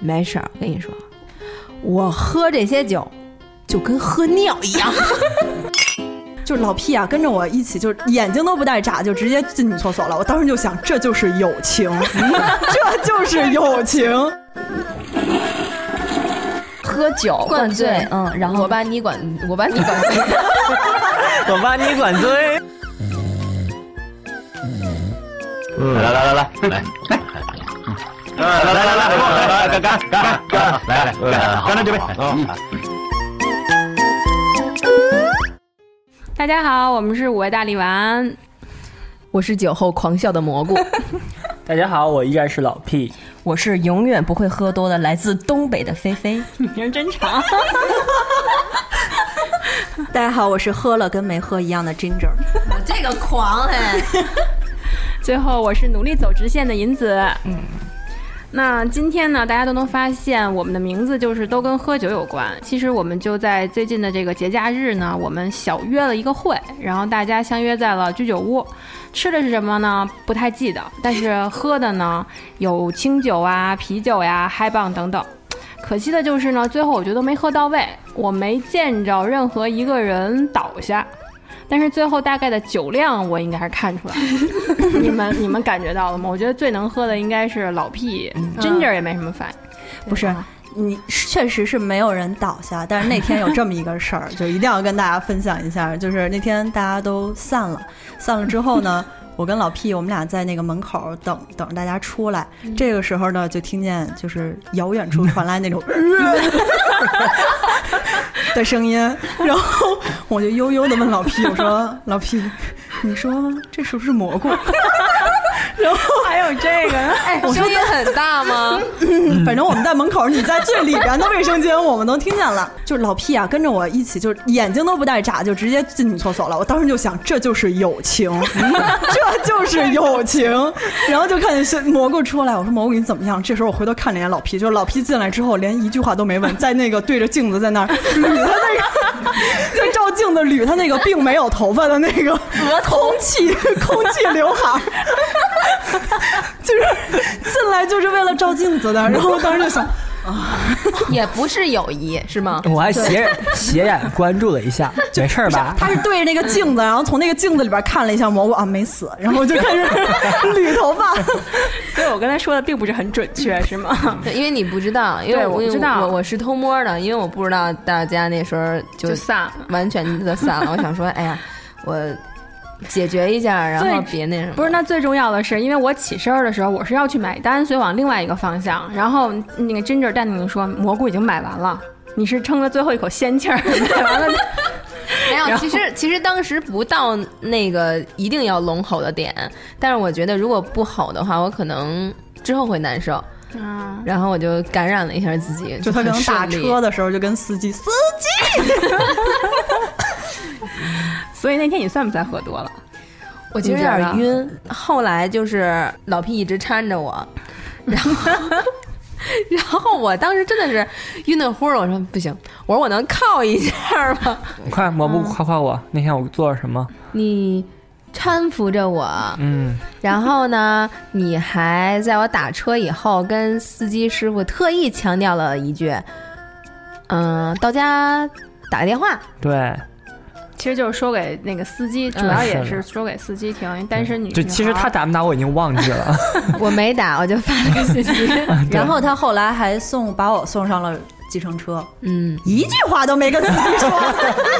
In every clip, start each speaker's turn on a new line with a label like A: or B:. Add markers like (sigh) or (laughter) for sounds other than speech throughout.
A: 没事儿，我跟你说，我喝这些酒就跟喝尿一
B: (laughs)
A: 样。
C: 就是老屁啊，跟着我一起，就是眼睛都不带眨，就直接进女厕所了。我当时就想，这就是友情， (laughs) 这就是友情。
D: 喝酒
B: 灌醉
D: 嗯，然后
B: 我把你管，我把你管。 (laughs)
E: 我把你管醉。
F: 来来来来来。来来来来来来来，干干干干，来来来，干了这杯。
G: 大家好，我们是五位大力丸。
A: 我是酒后狂笑的蘑菇，
E: (laughs) 大家好，我依然是老 P。
D: 我是永远不会喝多的来自东北的菲菲。
G: 你名真长，
C: 大家好，我是喝了跟没喝一样的 Ginger。
B: 这个狂哎！
G: 最后我是努力走直线的银子。嗯，那今天呢，大家都能发现我们的名字就是都跟喝酒有关。其实我们就在最近的这个节假日呢，我们小约了一个会，然后大家相约在了居酒屋。吃的是什么呢？不太记得，但是喝的呢有清酒啊、啤酒呀、嗨棒等等。可惜的就是呢，最后我觉得没喝到位，我没见着任何一个人倒下。但是最后大概的酒量我应该是看出来了， (laughs) 你们你们感觉到了吗？我觉得最能喝的应该是老屁、真 g 也没什么反应。
C: 不是，你确实是没有人倒下，但是那天有这么一个事 (laughs) 儿，就一定要跟大家分享一下。就是那天大家都散了，散了之后呢， (laughs) 我跟老 P 我们俩在那个门口等等着大家出来。这个时候呢，就听见就是遥远 (laughs) 处传来那种呃的声音，然后我就悠悠的问老 P，我说：“老 P，你说这是不是蘑 (laughs) 菇？”然后还有这个，哎，我
B: (laughs)
C: 说
B: 声音很大吗？
C: 反正我们在门口，你在最里边的卫生间，我们都听见了。 (laughs) 就是老屁啊，跟着我一起，就是眼睛都不带眨，就直接进女厕所了。我当时就想，这就是友 (laughs) 情，这就是友情。然后就看见是蘑菇出来，我说蘑菇你怎么样？这时候我回头看了一眼老皮，就是老皮进来之后连一句话都没问，在那个对着镜子在那儿捋他那 (laughs) 个，在照镜子捋他那个并没有头发的那个 (laughs) 额头气空气刘海儿。就是进来就是为了照镜子的，然后我当时就想，
B: 也不是友谊是吗？
E: 我还 (laughs) 斜斜眼关注了一下，没事儿吧？
C: 他是对着那个镜子，然后从那个镜子里边看了一下蘑菇啊，没死，然后我就开始捋头发。
G: 所以我刚才说的并不是很准确，是吗？
B: 对，因为你不知道，因为
G: 对我不知道
B: 嗯我我是偷摸的，因为我不知道大家那时候就
G: (laughs) 就散了。
B: 完全的散了。我想说，哎呀，我解决一下，然后
G: 最
B: 别那什么。
G: 不是，那最重要的是，因为我起身儿的时候我是要去买单，所以往另外一个方向。然后那个 Ginger 淡定地说：“蘑菇已经买完了，你是撑着最后一口仙气儿 (laughs) 买完了。
B: 没有，
G: 然后
B: 其实其实当时不到那个一定要龙吼的点，但是我觉得如果不吼的话，我可能之后会难受，”
G: 啊，
B: 然后我就感染了一下自己，
C: 就他可能
B: 很顺
C: 打
B: 利
C: 车的时候就跟司机司
G: 所以那天你算不算喝多了？
B: 我其实有
G: 你觉
B: 点
G: 得
B: 晕。后来就是老屁一直搀着我，然后 (laughs) 然后我当时真的是晕得乎了，我说不行，我说我能靠一下吗？ (laughs)
E: 快，蘑菇夸夸我，那天我做了什么？
B: 你搀扶着我，
E: 嗯，
B: 然后呢，你还在我打车以后跟司机师傅特意强调了一句，嗯、到家打个电
G: (laughs)
B: 话。
E: 对，
G: 其实就是说给那个司机，主要也是说给司机听。单身女
E: 就其实他打没打我已经忘记了。
B: 我没打，我就发了个信息。
C: 机，然后他后来还送把我送上了计程车，
G: (laughs)
B: 嗯，
C: 一句话都没跟司机说，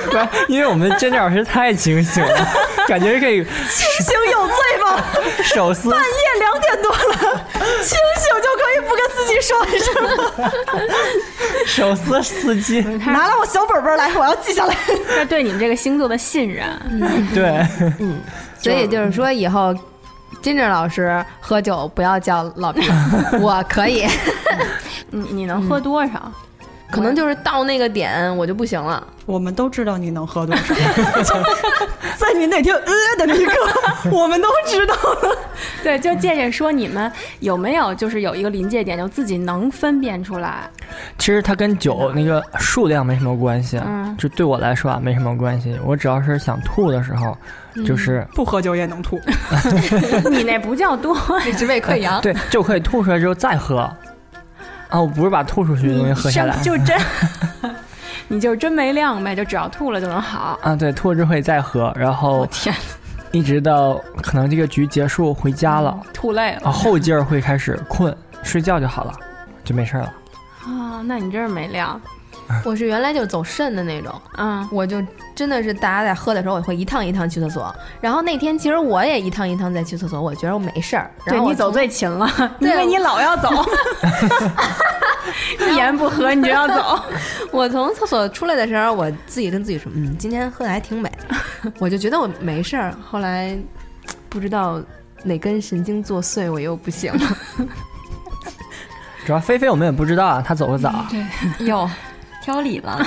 E: 不是，因为我们甄姐老师太清醒了，感觉可以
C: 清醒有罪吗？
E: 手撕。
C: 半夜两点多了，清醒就可以不跟司机说一 (laughs) 声吗？
E: 手撕司机，
C: 拿了我小本本来，我要记下来。
G: 他对你们这个星座的信任，
E: 对，
B: 所以就是说以后。金正老师喝酒不要叫老
G: (laughs)
B: 毕，我可以，
G: 你你能喝多少？
B: 可能就是到那个点我就不行了。
C: 我们都知道你能喝多少， (laughs) 在你那天呃的 (laughs) 那一刻，我们都知道了。
G: (laughs) 对，就借鉴说你们有没有就是有一个临界点，就自己能分辨出来。
E: 其实它跟酒那个数量没什么关系，
G: 嗯
E: 就对我来说啊没什么关系。我只要是想吐的时候，就是、
C: 不喝酒也能吐，
G: (laughs) 你那不叫多，
E: (laughs)
B: 你只为溃疡，
G: 啊
E: 对就可以吐出来之后再喝。啊，我不是把吐出去的东西喝下来
G: 你 (laughs) 就真，你就真没量呗，就只要吐了就能好。
E: 啊，对，吐了之后也再喝，然后
G: 天，
E: 一直到可能这个局结束回家了，
G: 吐累了
E: 啊，后劲儿会开始困，睡觉就好了，就没事儿了。
G: 啊！那你这是没量，
B: 我是原来就走肾的那种，
G: 嗯，
B: 我就真的是大家在喝的时候，我会一趟一趟去厕所。然后那天其实我也一趟一趟在去厕所，我觉得我没事儿。然
G: 对
B: 后我
G: 你走
B: 从
G: 最勤了，因
B: 对
G: 为你老要走， (laughs) 一言不合你就要走。
B: 我从厕所出来的时候，我自己跟自己说，嗯，今天喝的还挺美， (laughs) 我就觉得我没事儿。后来不知道哪根神经作祟，我又不 (laughs) 行了。
E: 主要菲菲我们也不知道啊，她走的早，
D: (laughs)
G: 嗯
D: 哟，挑
G: (laughs)
D: 理
E: (laughs)
D: 了。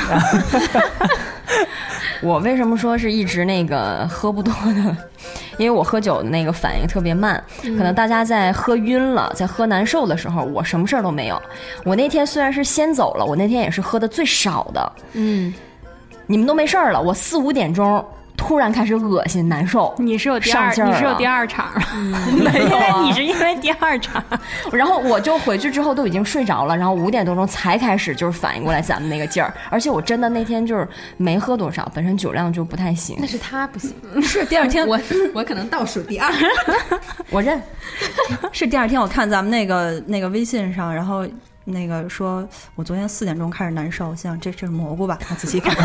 D: 我为什么说是一直那个喝不多呢？ (laughs) 因为我喝酒那个反应特别慢，可能大家在喝晕了、在喝难受的时候，我什么事儿都没有。我那天虽然是先走了，我那天也是喝的最少的。
B: 嗯，
D: 你们都没事儿了，我四五点钟突然开始恶心难受，
G: 你是有第二，
D: 上劲儿
G: 你是有
D: 了
G: 第二场吗，没有、 (laughs) 啊因为你是因为第二场，
D: (laughs) 然后我就回去之后都已经睡着了，然后五点多钟才开始就是反应过来咱们那个劲儿，而且我真的那天就是没喝多少，本身酒量就不太行，
B: 是他不行，
C: 是第二天
B: 我我可能倒数第二。
D: 我认。
C: 是第二天，我看咱们那个那个微信上，然后那个说，我昨天四点钟开始难受，我心想这这是蘑菇吧？我仔细看，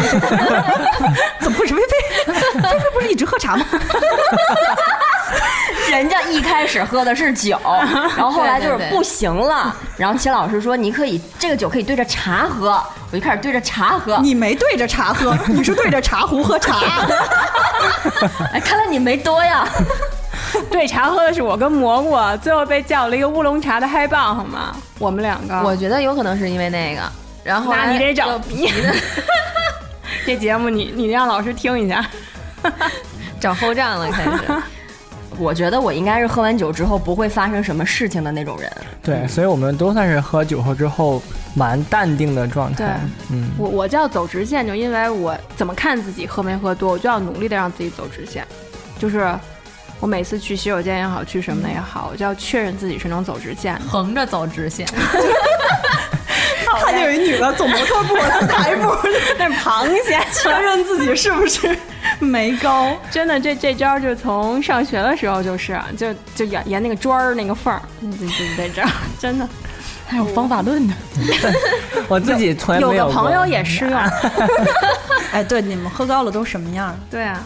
C: (laughs) 怎么会是菲菲？菲菲不是一直喝茶 (laughs) 吗？
D: (laughs) 人家一开始喝的是 (laughs) 酒，然后后来就是不行了，然后齐老师说你可以这个酒可以对着茶喝，我就开始对着茶喝。
C: 你没对着茶喝，你是对着茶壶喝 (laughs) 茶。
D: 哎，看来你没多呀。 (laughs)
G: 对茶喝的是我跟蘑菇，最后被叫了一个乌龙茶的嗨棒，好吗？我们两个，
B: (laughs) 我觉得有可能是因为那个，然后
G: 那你得 (laughs) 找
B: 逼，
G: 这节目你你让老师听一下，
B: 找后账了，开 (laughs) 始。
D: 我觉得我应该是喝完酒之后不会发生什么事情的那种人。
E: 对，所以我们都算是喝酒后之后蛮淡定的状态。嗯，
G: (laughs) 我我就要走直线，就因为我怎么看自己喝没喝多，我就要努力的让自己走直线，就是。我每次去洗手间也好，去什么的也好，我就要确认自己是能走直线的。
B: 横着走直 (laughs) 线，
C: 看见有一女的走模特步，她抬 (laughs) 步，那是螃 (laughs) 蟹，确认自己是不是 (laughs) 没高。
G: 真的，这这招儿就从上学的时候就是，啊就就沿沿那个砖儿那个缝儿，嗯就就在这儿， (laughs) 真的。
D: 还有方法论呢。
E: 我自己从来
G: 有
E: 没
G: 个
E: 过。
G: 朋友也适用，
C: 哎，对，你们喝高了都什么样？
G: 对啊，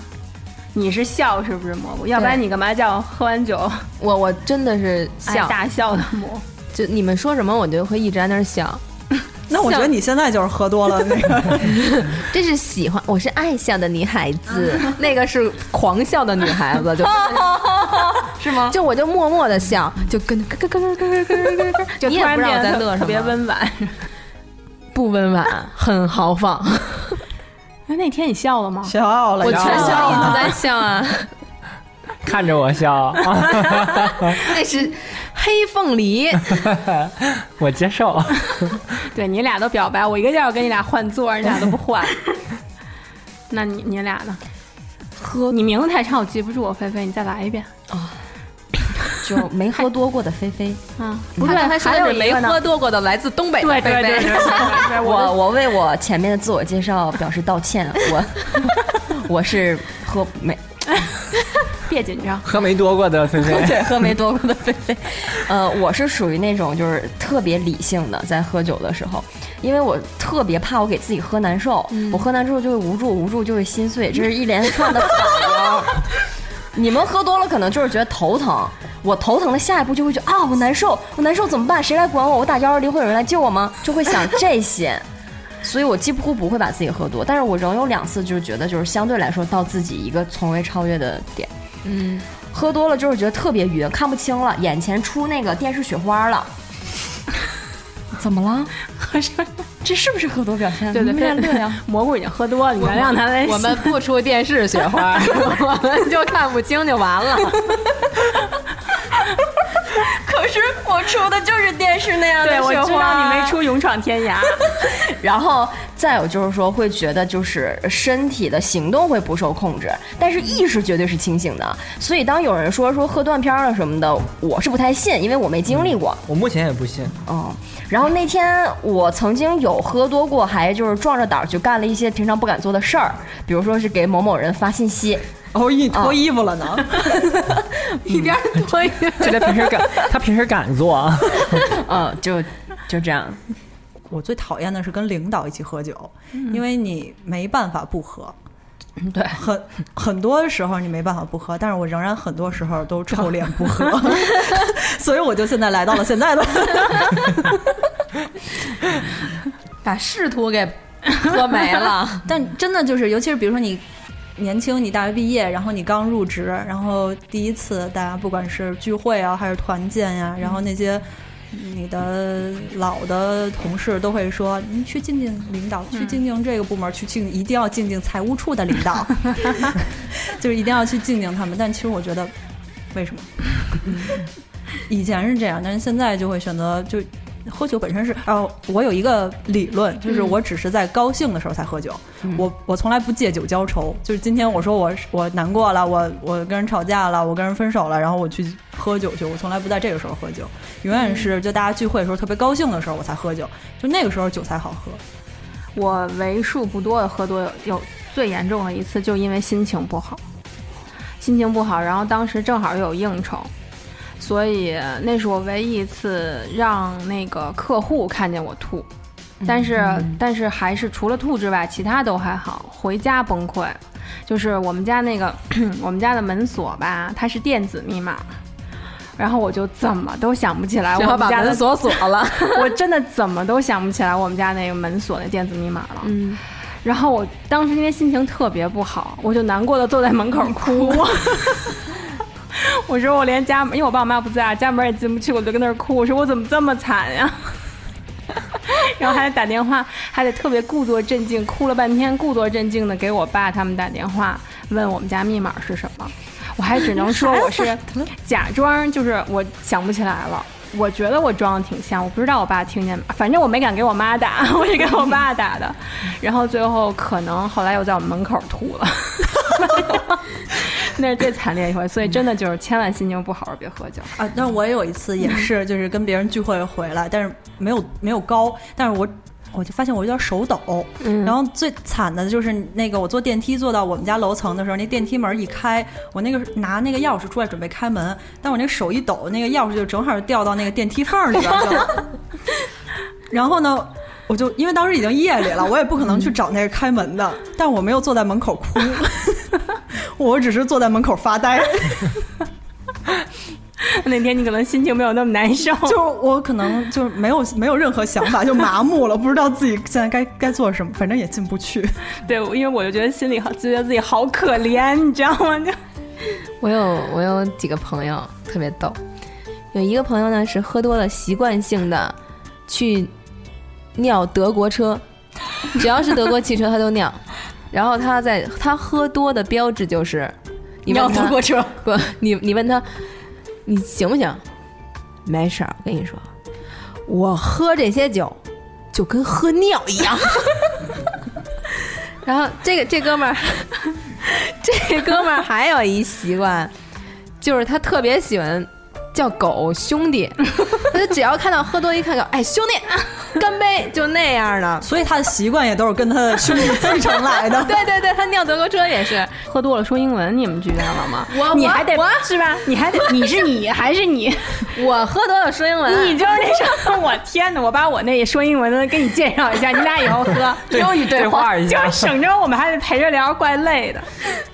G: 你是笑是不是蘑菇？要不然你干嘛叫喝完酒
B: 我我真的是
G: 爱
B: 笑，
G: 大笑的蘑菇？
B: 就你们说什么我就会一直在那儿笑，
C: 那我觉得你现在就是喝多了那 (laughs) 个。
B: 这是喜欢，我是爱笑的女孩子，那个是狂笑的女孩子，就
G: 是吗？
B: 就我就默默的笑，就跟咯咯咯咯咯咯咯咯咯，
G: (laughs) 就
B: 你
G: 突
B: 也
G: 然
B: 不知道我
G: 变
B: 在
G: 得
B: 乐什
G: 特
B: 么，
G: 别温婉。
B: 不温婉，很豪放，
G: 哎，那天你笑了吗？
C: 笑了，
B: 我全
C: 笑
B: 校一直在笑啊，
E: 看着我笑，啊、 (laughs)
B: 那是黑凤梨，
E: 我接受。
G: 对你俩都表白，我一个劲儿跟你俩换座儿，你俩都不换。 (laughs) 那你你俩呢？喝，你名字太长，我记不住。菲菲，你再来一遍。
D: 就没喝多过的菲菲，
G: 嗯，不
B: 不
G: 对，
B: 是他说
G: 还有
B: 的是
G: 一
B: 没
G: 个呢
B: 喝。多过的来自东北的
G: 对对
B: 菲
G: 对对对
B: 菲，
G: 对对，
D: 我
G: 我
D: 我为我前面的自我介绍表示道歉。我 (laughs) 我是喝没
G: 别紧张。
E: (laughs) 喝没多过的菲菲，
D: 对，喝没多过的菲菲。呃，我是属于那种就是特别理性的，在喝酒的时候，因为我特别怕我给自己喝难受，我喝难受就会无助，无助就会心碎，这是一连串的反应。 (laughs) 你们喝多了可能就是觉得头疼，我头疼的下一步就会觉得啊，我难受，我难受怎么办？谁来管我？我打幺二零会有人来救我吗？就会想这些。所以我几乎不会把自己喝多，但是我仍有两次就是觉得就是相对来说到自己一个从未超越的点。
B: 嗯，
D: 喝多了就是觉得特别晕，看不清了，眼前出那个电视雪花
B: (laughs)
D: 了。怎么了？ (laughs) 这是不是喝多表现？
G: 对对
D: 你们俩
G: 对
D: 乐呀！
G: (laughs) 蘑菇已经喝多了，你原谅他来。
B: 我们不出电视雪花，
D: (laughs)
B: 我们就看不清就完了。
D: 可是我出的就是电视那样的
G: (laughs) (laughs) 对，我
D: 雪花。
G: 知道你没。出《勇闯天涯》，
D: 然后再有就是说会觉得就是身体的行动会不受控制，但是意识绝对是清醒的。所以当有人说说喝断片儿了什么的，我是不太信，因为我没经历过。
E: 我目前也不信。 (laughs)
D: 嗯，然后那天我曾经有喝多过，还就是壮着胆儿去干了一些平常不敢做的事儿，比如说是给某某人发信息，
C: 哦，一脱衣服了 (laughs) 呢，
B: 一边多一点。
E: 这他平时敢，他平时敢做啊？
D: 嗯，就就这样。
C: 我最讨厌的是跟领导一起喝酒，因为你没办法不喝。
D: 对，
C: 很很多时候你没办法不喝，但是我仍然很多时候都臭脸不喝，所以我就现在来到了现在的。
B: 把仕途给喝没了。
C: 但真的就是，尤其是比如说你年轻，你大学毕业，然后你刚入职，然后第一次大家不管是聚会啊，还是团建呀、然后那些。你的老的同事都会说：“你去敬敬领导，去敬敬这个部门，去敬一定要敬敬财务处的领导， (laughs) 就是一定要去敬敬他们。”但其实我觉得，为什么？ (laughs) 以前是这样，但是现在就会选择就喝酒本身是哦，我有一个理论，就是我只是在高兴的时候才喝酒，我我从来不借酒浇愁。就是今天我说我我难过了，我我跟人吵架了，我跟人分手了，然后我去喝酒去，我从来不在这个时候喝酒，永远是就大家聚会的时候特别高兴的时候我才喝酒，就那个时候酒才好喝。
G: 我为数不多的喝多有有最严重的一次，就因为心情不好，心情不好，然后当时正好又有应酬，所以那是我唯一一次让那个客户看见我吐，
B: 嗯
G: 但是、但是还是除了吐之外，其他都还好。回家崩溃，就是我们家那个 (clears throat) 我们家的门锁吧，它是电子密码。然后我就怎么都想不起来我
B: 然后
G: 们
B: 把
G: 家的
B: 门锁锁了，
G: (laughs) 我真的怎么都想不起来我们家那个门锁那电子密码了。
B: 嗯，
G: 然后我当时因为心情特别不好，我就难过的坐在门口哭。我说我连家门，因为我爸我妈不在，家门也进不去，我就跟那儿哭。我说我怎么这么惨呀？ (laughs) 然后还得打电话，还得特别故作镇静，哭了半天，故作镇静的给我爸他们打电话，问我们家密码是什么。我还只能说我是假装，就是我想不起来了。我觉得我装的挺像，我不知道我爸听见没，反正我没敢给我妈打， (laughs) 我是给我爸打的。然后最后可能后来又在我们门口吐了， (laughs) 那是最惨烈一回。所以真的就是千万心情不好别喝酒。
C: 啊，但我也有一次也是，就是跟别人聚会回来，但是没有没有高，但是我我就发现我有点手抖。然后最惨的就是那个我坐电梯坐到我们家楼层的时候，那电梯门一开，我那个拿那个钥匙出来准备开门，但我那个手一抖，那个钥匙就正好掉到那个电梯缝里边去了。然后呢，我就因为当时已经夜里了，我也不可能去找那个开门的，但我没有坐在门口哭，我只是坐在门口发呆。
G: 那天你可能心情没有那么难受，
C: (laughs) 就是我可能就是没有没有任何想法，就麻木了，不知道自己现在该该做什么，反正也进不去。 (laughs)
G: 对，因为我就觉得心里好，就觉得自己好可怜，你知道吗？就
B: 我有我有几个朋友特别逗，有一个朋友呢是喝多了，习惯性的去尿德国车，只要是德国汽车他都尿。然后他在他喝多的标志就是，你问他
G: 车，
B: 不，你你问他，你行不行？没事儿，我跟你说，
A: 我喝这些酒就跟喝尿一样。
B: (laughs) 然后这个这哥们儿， (laughs) 这哥们儿还有一习惯，就是他特别喜欢叫狗兄弟，他就只要看到喝多一看到，哎兄弟，干杯，就那样的。
C: 所以他的习惯也都是跟他的兄弟继承来的。
B: 对对对，他尿德国车也是，
G: 喝多了说英文，你们知道了吗？
B: 我
G: 你
B: 我
G: 还得
B: 我
G: 是吧？你还得你是你还是你？
B: 我喝多
G: 啊
B: 了说英文，
G: 你就是那种，我天哪！我把我那说英文的给你介绍一下，你俩以后喝英语
E: (laughs) 对话一下
G: 就省着我们还得陪着聊，怪累的。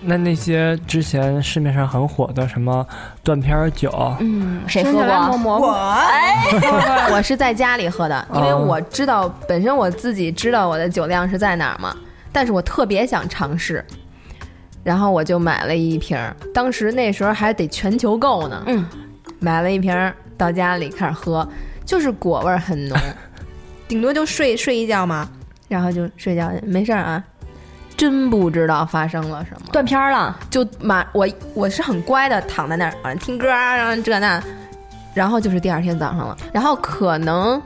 E: 那那些之前市面上很火的什么断片儿酒，
G: 嗯
D: 谁喝
G: 来
D: 过
G: 磨？蘑菇，
C: (laughs) 我
B: 我是在家里喝的，因为
E: 哦
B: 我知道本身我自己知道我的酒量是在哪儿嘛，但是我特别想尝试，然后我就买了一瓶儿，当时那时候还得全球购呢，
D: 嗯，
B: 买了一瓶儿到家里开始喝，就是果味儿很浓，顶多就睡睡一觉嘛，然后就睡觉没事儿啊，真不知道发生了什么。
D: 断片儿了，
B: 就马我我是很乖的，躺在那儿，完了听歌啊，然后这那，然后就是第二天早上了，然后可能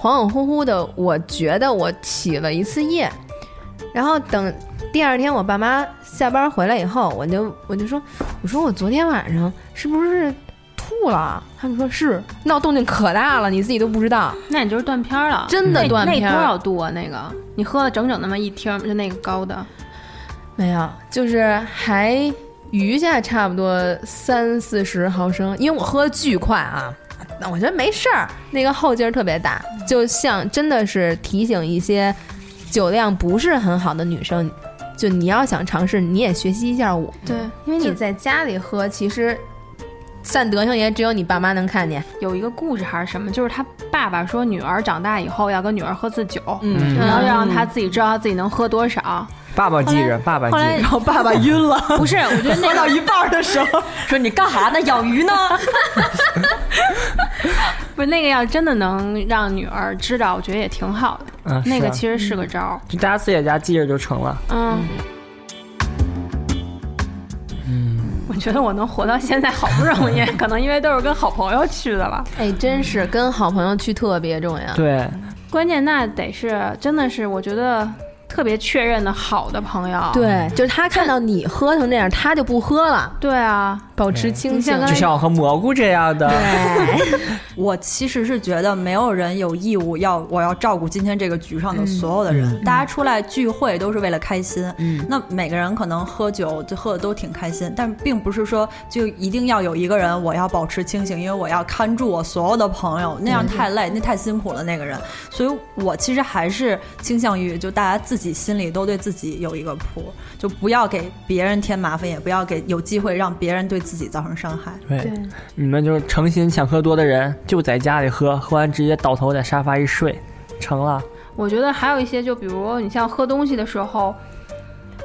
B: 恍恍惚惚的，我觉得我起了一次夜，然后等第二天我爸妈下班回来以后，我就我就说，我说我昨天晚上是不是吐了？他们说是，闹动静可大了，你自己都不知道。
G: (laughs) 那你就是断片儿了，
B: 真的断片
G: 那
B: 儿
G: 那多少度啊？那个你喝了整整那么一听，就那个高的，
B: 没有，就是还余下差不多三四十毫升，因为我喝的巨快啊。那我觉得没事儿，那个后劲儿特别大，就像真的是提醒一些酒量不是很好的女生，就你要想尝试，你也学习一下我，
G: 对，
B: 因为
G: 就
B: 你在家里喝，其实散德性也只有你爸妈能看见。
G: 有一个故事还是什么，就是他爸爸说女儿长大以后要跟女儿喝次酒，
E: 嗯
G: 然后让她自己知道她自己能喝多少。
E: 爸爸记着，爸爸记
G: 后来
E: 着。
C: 然后爸爸晕了，
G: 不是，我觉得
C: 喝
G: 那
C: 到
G: 个
C: 一半儿的时候，
D: 说你干啥呢？养鱼呢？
G: 不是那个要真的能让女儿知道，我觉得也挺好的。
E: 嗯，
G: 那个
E: 是啊
G: 其实是个招儿，
E: 就大家自己在家记着就成了。
G: 嗯。我觉得我能活到现在好不容易，可能因为都是跟好朋友去的吧。
B: 哎，真是跟好朋友去特别重
G: 嗯
B: 要。
E: 对，
G: (laughs) 关键那得是真的是，我觉得特别确认的好的朋友。
B: 对，就是他看到你喝成这样，他就不喝了，
G: 对啊，
B: 保持清醒。
E: 就像我和蘑菇这样的，
C: 我其实是觉得没有人有义务要我要照顾今天这个局上的所有的人，大家出来聚会都是为了开心。嗯，那每个人可能喝酒就喝的都挺开心，但并不是说就一定要有一个人我要保持清醒，因为我要看住我所有的朋友，那样太累，那太辛苦了那个人。所以我其实还是倾向于就大家自己心里都对自己有一个谱，就不要给别人添麻烦，也不要给有机会让别人对自己造成伤害。
E: 对，你们就是诚心想喝多的人，就在家里喝，喝完直接倒头在沙发一睡，成了。
G: 我觉得还有一些，就比如你像喝东西的时候，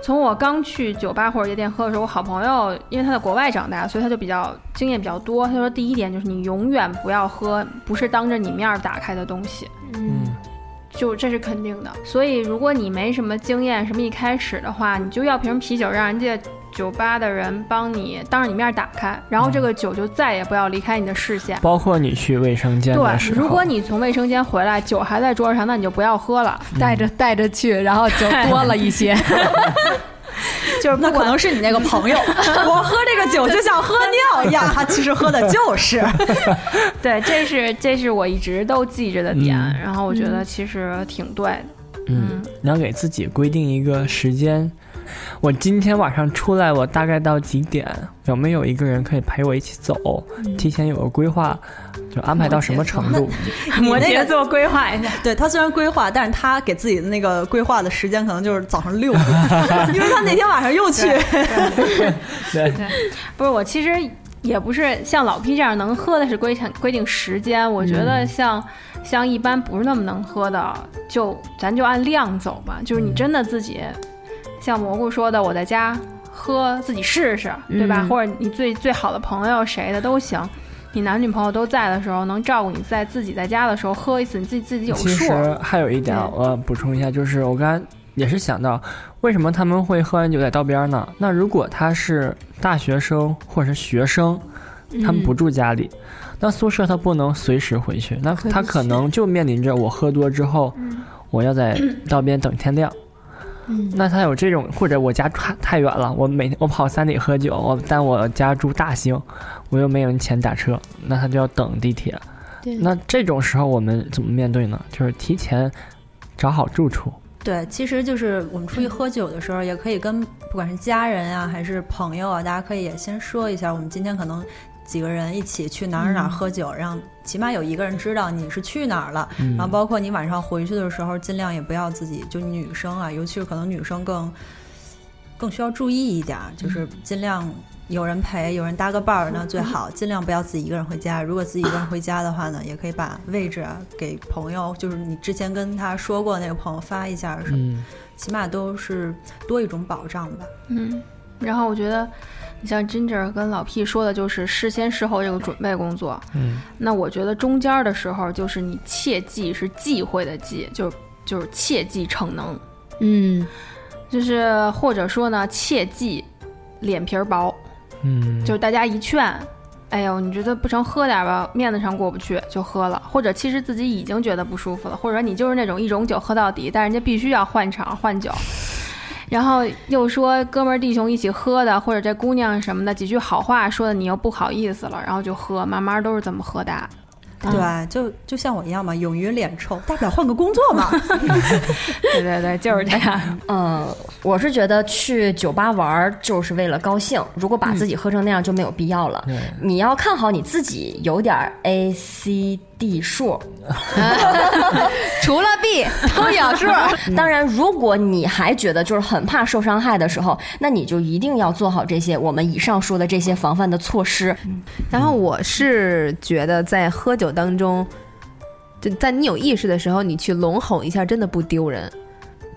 G: 从我刚去酒吧或者夜店喝的时候，我好朋友因为他在国外长大，所以他就比较经验比较多。他说第一点就是你永远不要喝不是当着你面儿打开的东西，
E: 嗯，
G: 就这是肯定的。所以如果你没什么经验，什么一开始的话，你就要瓶啤酒，让人家。酒吧的人帮你当着你面儿打开，然后这个酒就再也不要离开你的视线。
E: 包括你去卫生间的时
G: 对，
E: 候，
G: 如果你从卫生间回来，酒还在桌上，那你就不要喝了。 (laughs)
B: 带着带着去，然后就多了一 (laughs) 些。
G: 就是
C: 那
G: 不
C: 可
G: 管
C: 能是你那个朋友， (laughs) 我喝这个酒就像 (laughs) 喝尿一样，他其实喝的 (laughs) 就是。
G: 对，这是这是我一直都记着的点，
E: 嗯
G: 然后我觉得其实挺对的。 (laughs)
E: 嗯，你要给自己规定一个时间。我今天晚上出来，我大概到几点？有没有一个人可以陪我一起走？
G: 嗯
E: 提前有个规划，就安排到什么程
G: (laughs)
E: 度？
G: 摩
C: 那
G: 羯
C: 个
G: 座规划一下，
C: 对他虽然规划，但是他给自己的那个规划的时间可能就是早上 (laughs) 六点，因为他那天晚上又去。
E: 对，
G: 不是我其实也不是像老 P 这样能喝的是规定规定时间，我觉得
E: 嗯
G: 像、像一般不是那么能喝的，就咱就按量走
E: 嗯
G: 吧。就是你真的自己，像蘑菇说的，我在家喝自己试试，对吧？
B: 嗯
G: 或者你最最好的朋友谁的都行。你男女朋友都在的时候，能照顾你在自己在家的时候喝一次，你自己自己有
E: 其
G: 数。
E: 实还有一点啊，我补充一下，就是我刚才也是想到，为什么他们会喝完酒在道边儿呢？那如果他是大学生或者是学生，他
B: 嗯
E: 们不住家里，那宿舍他不能随时回去，那他可能就面临着我喝多之后，我要在道边等天亮。那他有这种，或者我家太太远了，我每天我跑三里喝酒，我但我家住大兴，我又没有钱打车，那他就要等地铁。那这种时候我们怎么面对呢？就是提前找好住处。
C: 对，其实就是我们出去喝酒的时候，也可以跟不管是家人啊，还是朋友啊，大家可以也先说一下，我们今天可能几个人一起去哪儿哪儿喝酒，让起码有一个人知道你是去哪儿了。
E: 嗯
C: 然后包括你晚上回去的时候，尽量也不要自己，就女生啊，尤其是可能女生更更需要注意一点儿，就是尽量。有人陪，有人搭个伴儿，那最好。尽量不要自己一个人回家。如果自己一个人回家的话呢，也可以把位置啊给朋友，就是你之前跟他说过那个朋友发一下什么的
E: 嗯，
C: 起码都是多一种保障吧。
G: 嗯，然后我觉得，你像 Ginger 跟老 P 说的，就是事先事后这个准备工作。
E: 嗯，
G: 那我觉得中间的时候，就是你切记是忌讳的忌，就是就是切记逞能，
B: 嗯，
G: 就是或者说呢，切记脸皮儿薄，
E: 嗯，
G: 就是大家一劝。哎呦，你觉得不成，喝点吧，面子上过不去就喝了，或者其实自己已经觉得不舒服了，或者你就是那种一种酒喝到底，但人家必须要换场换酒，然后又说哥们儿弟兄一起喝的，或者这姑娘什么的几句好话说的，你又不好意思了，然后就喝，慢慢都是这么喝大的。
C: 对，就就像我一样嘛，勇于脸臭，大不了换个工作嘛。
G: 对对对，就是这样。
D: 嗯，我是觉得去酒吧玩儿就是为了高兴，如果把自己喝成那样就没有必要了。
E: 对
D: 你要看好你自己，有点儿 A C D 数。
B: 除 (laughs) 了 B 都有数。
D: (laughs) 当然，如果你还觉得就是很怕受伤害的时候，那你就一定要做好这些我们以上说的这些防范的措施。
B: 然后我是觉得在喝酒当中，就在你有意识的时候，你去龙吼一下，真的不丢人。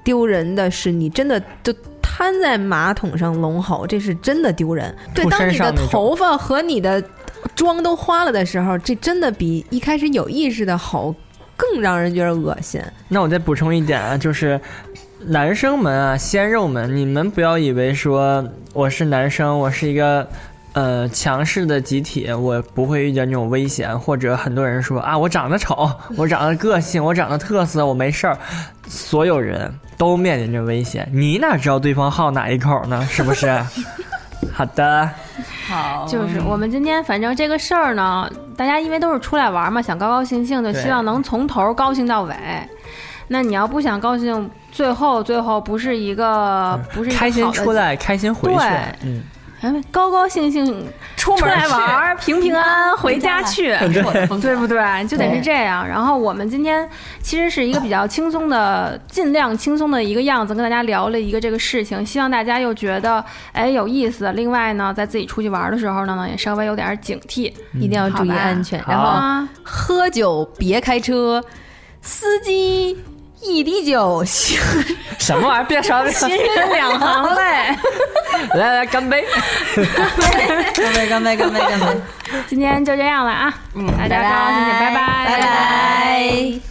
B: 丢人的是你真的就瘫在马桶上龙吼，这是真的丢人。对，
E: 吐
B: 当
E: 身
B: 你的
E: 上那种
B: 头发和你的妆都花了的时候，这真的比一开始有意识的吼更让人觉得恶心。
E: 那我再补充一点啊，就是男生们啊，鲜肉们，你们不要以为说我是男生，我是一个呃强势的集体，我不会遇见这种危险，或者很多人说啊，我长得丑，我长得个性，我长得特色，我没事儿。所有人都面临着危险，你哪知道对方好哪一口呢？是不是？ (laughs) 好的，哦
D: 好
G: 就是我们今天反正这个事儿呢，大家因为都是出来玩嘛，想高高兴兴的，
E: 对
G: 希望能从头高兴到尾。那你要不想高兴，最后最后不是一个不是一个
E: 嗯开心
G: 好的
E: 出来，开心回去
G: 对，
E: 嗯，
G: 哎高高兴兴
D: 出
G: 出来玩儿，平平安安回家去，对不对？就得
D: 对
G: 是这样。然后我们今天其实是一个比较轻松的，尽量轻松的一个样子，跟大家聊了一个这个事情，希望大家又觉得哎有意思。另外呢，在自己出去玩的时候呢，也稍微有点警惕。
B: 一定要注意
G: 好吧
B: 安全。然
E: 嗯好
B: 后
G: 啊，
B: 喝酒别开车，司机一滴酒行。
E: 什么玩意儿？别啥？
G: 新人两行泪。
E: 来来，干杯！
C: (laughs) 干杯，干杯，干杯，干杯。
G: 今天就这样了啊，嗯，大家高高兴兴，拜拜，
B: 拜拜。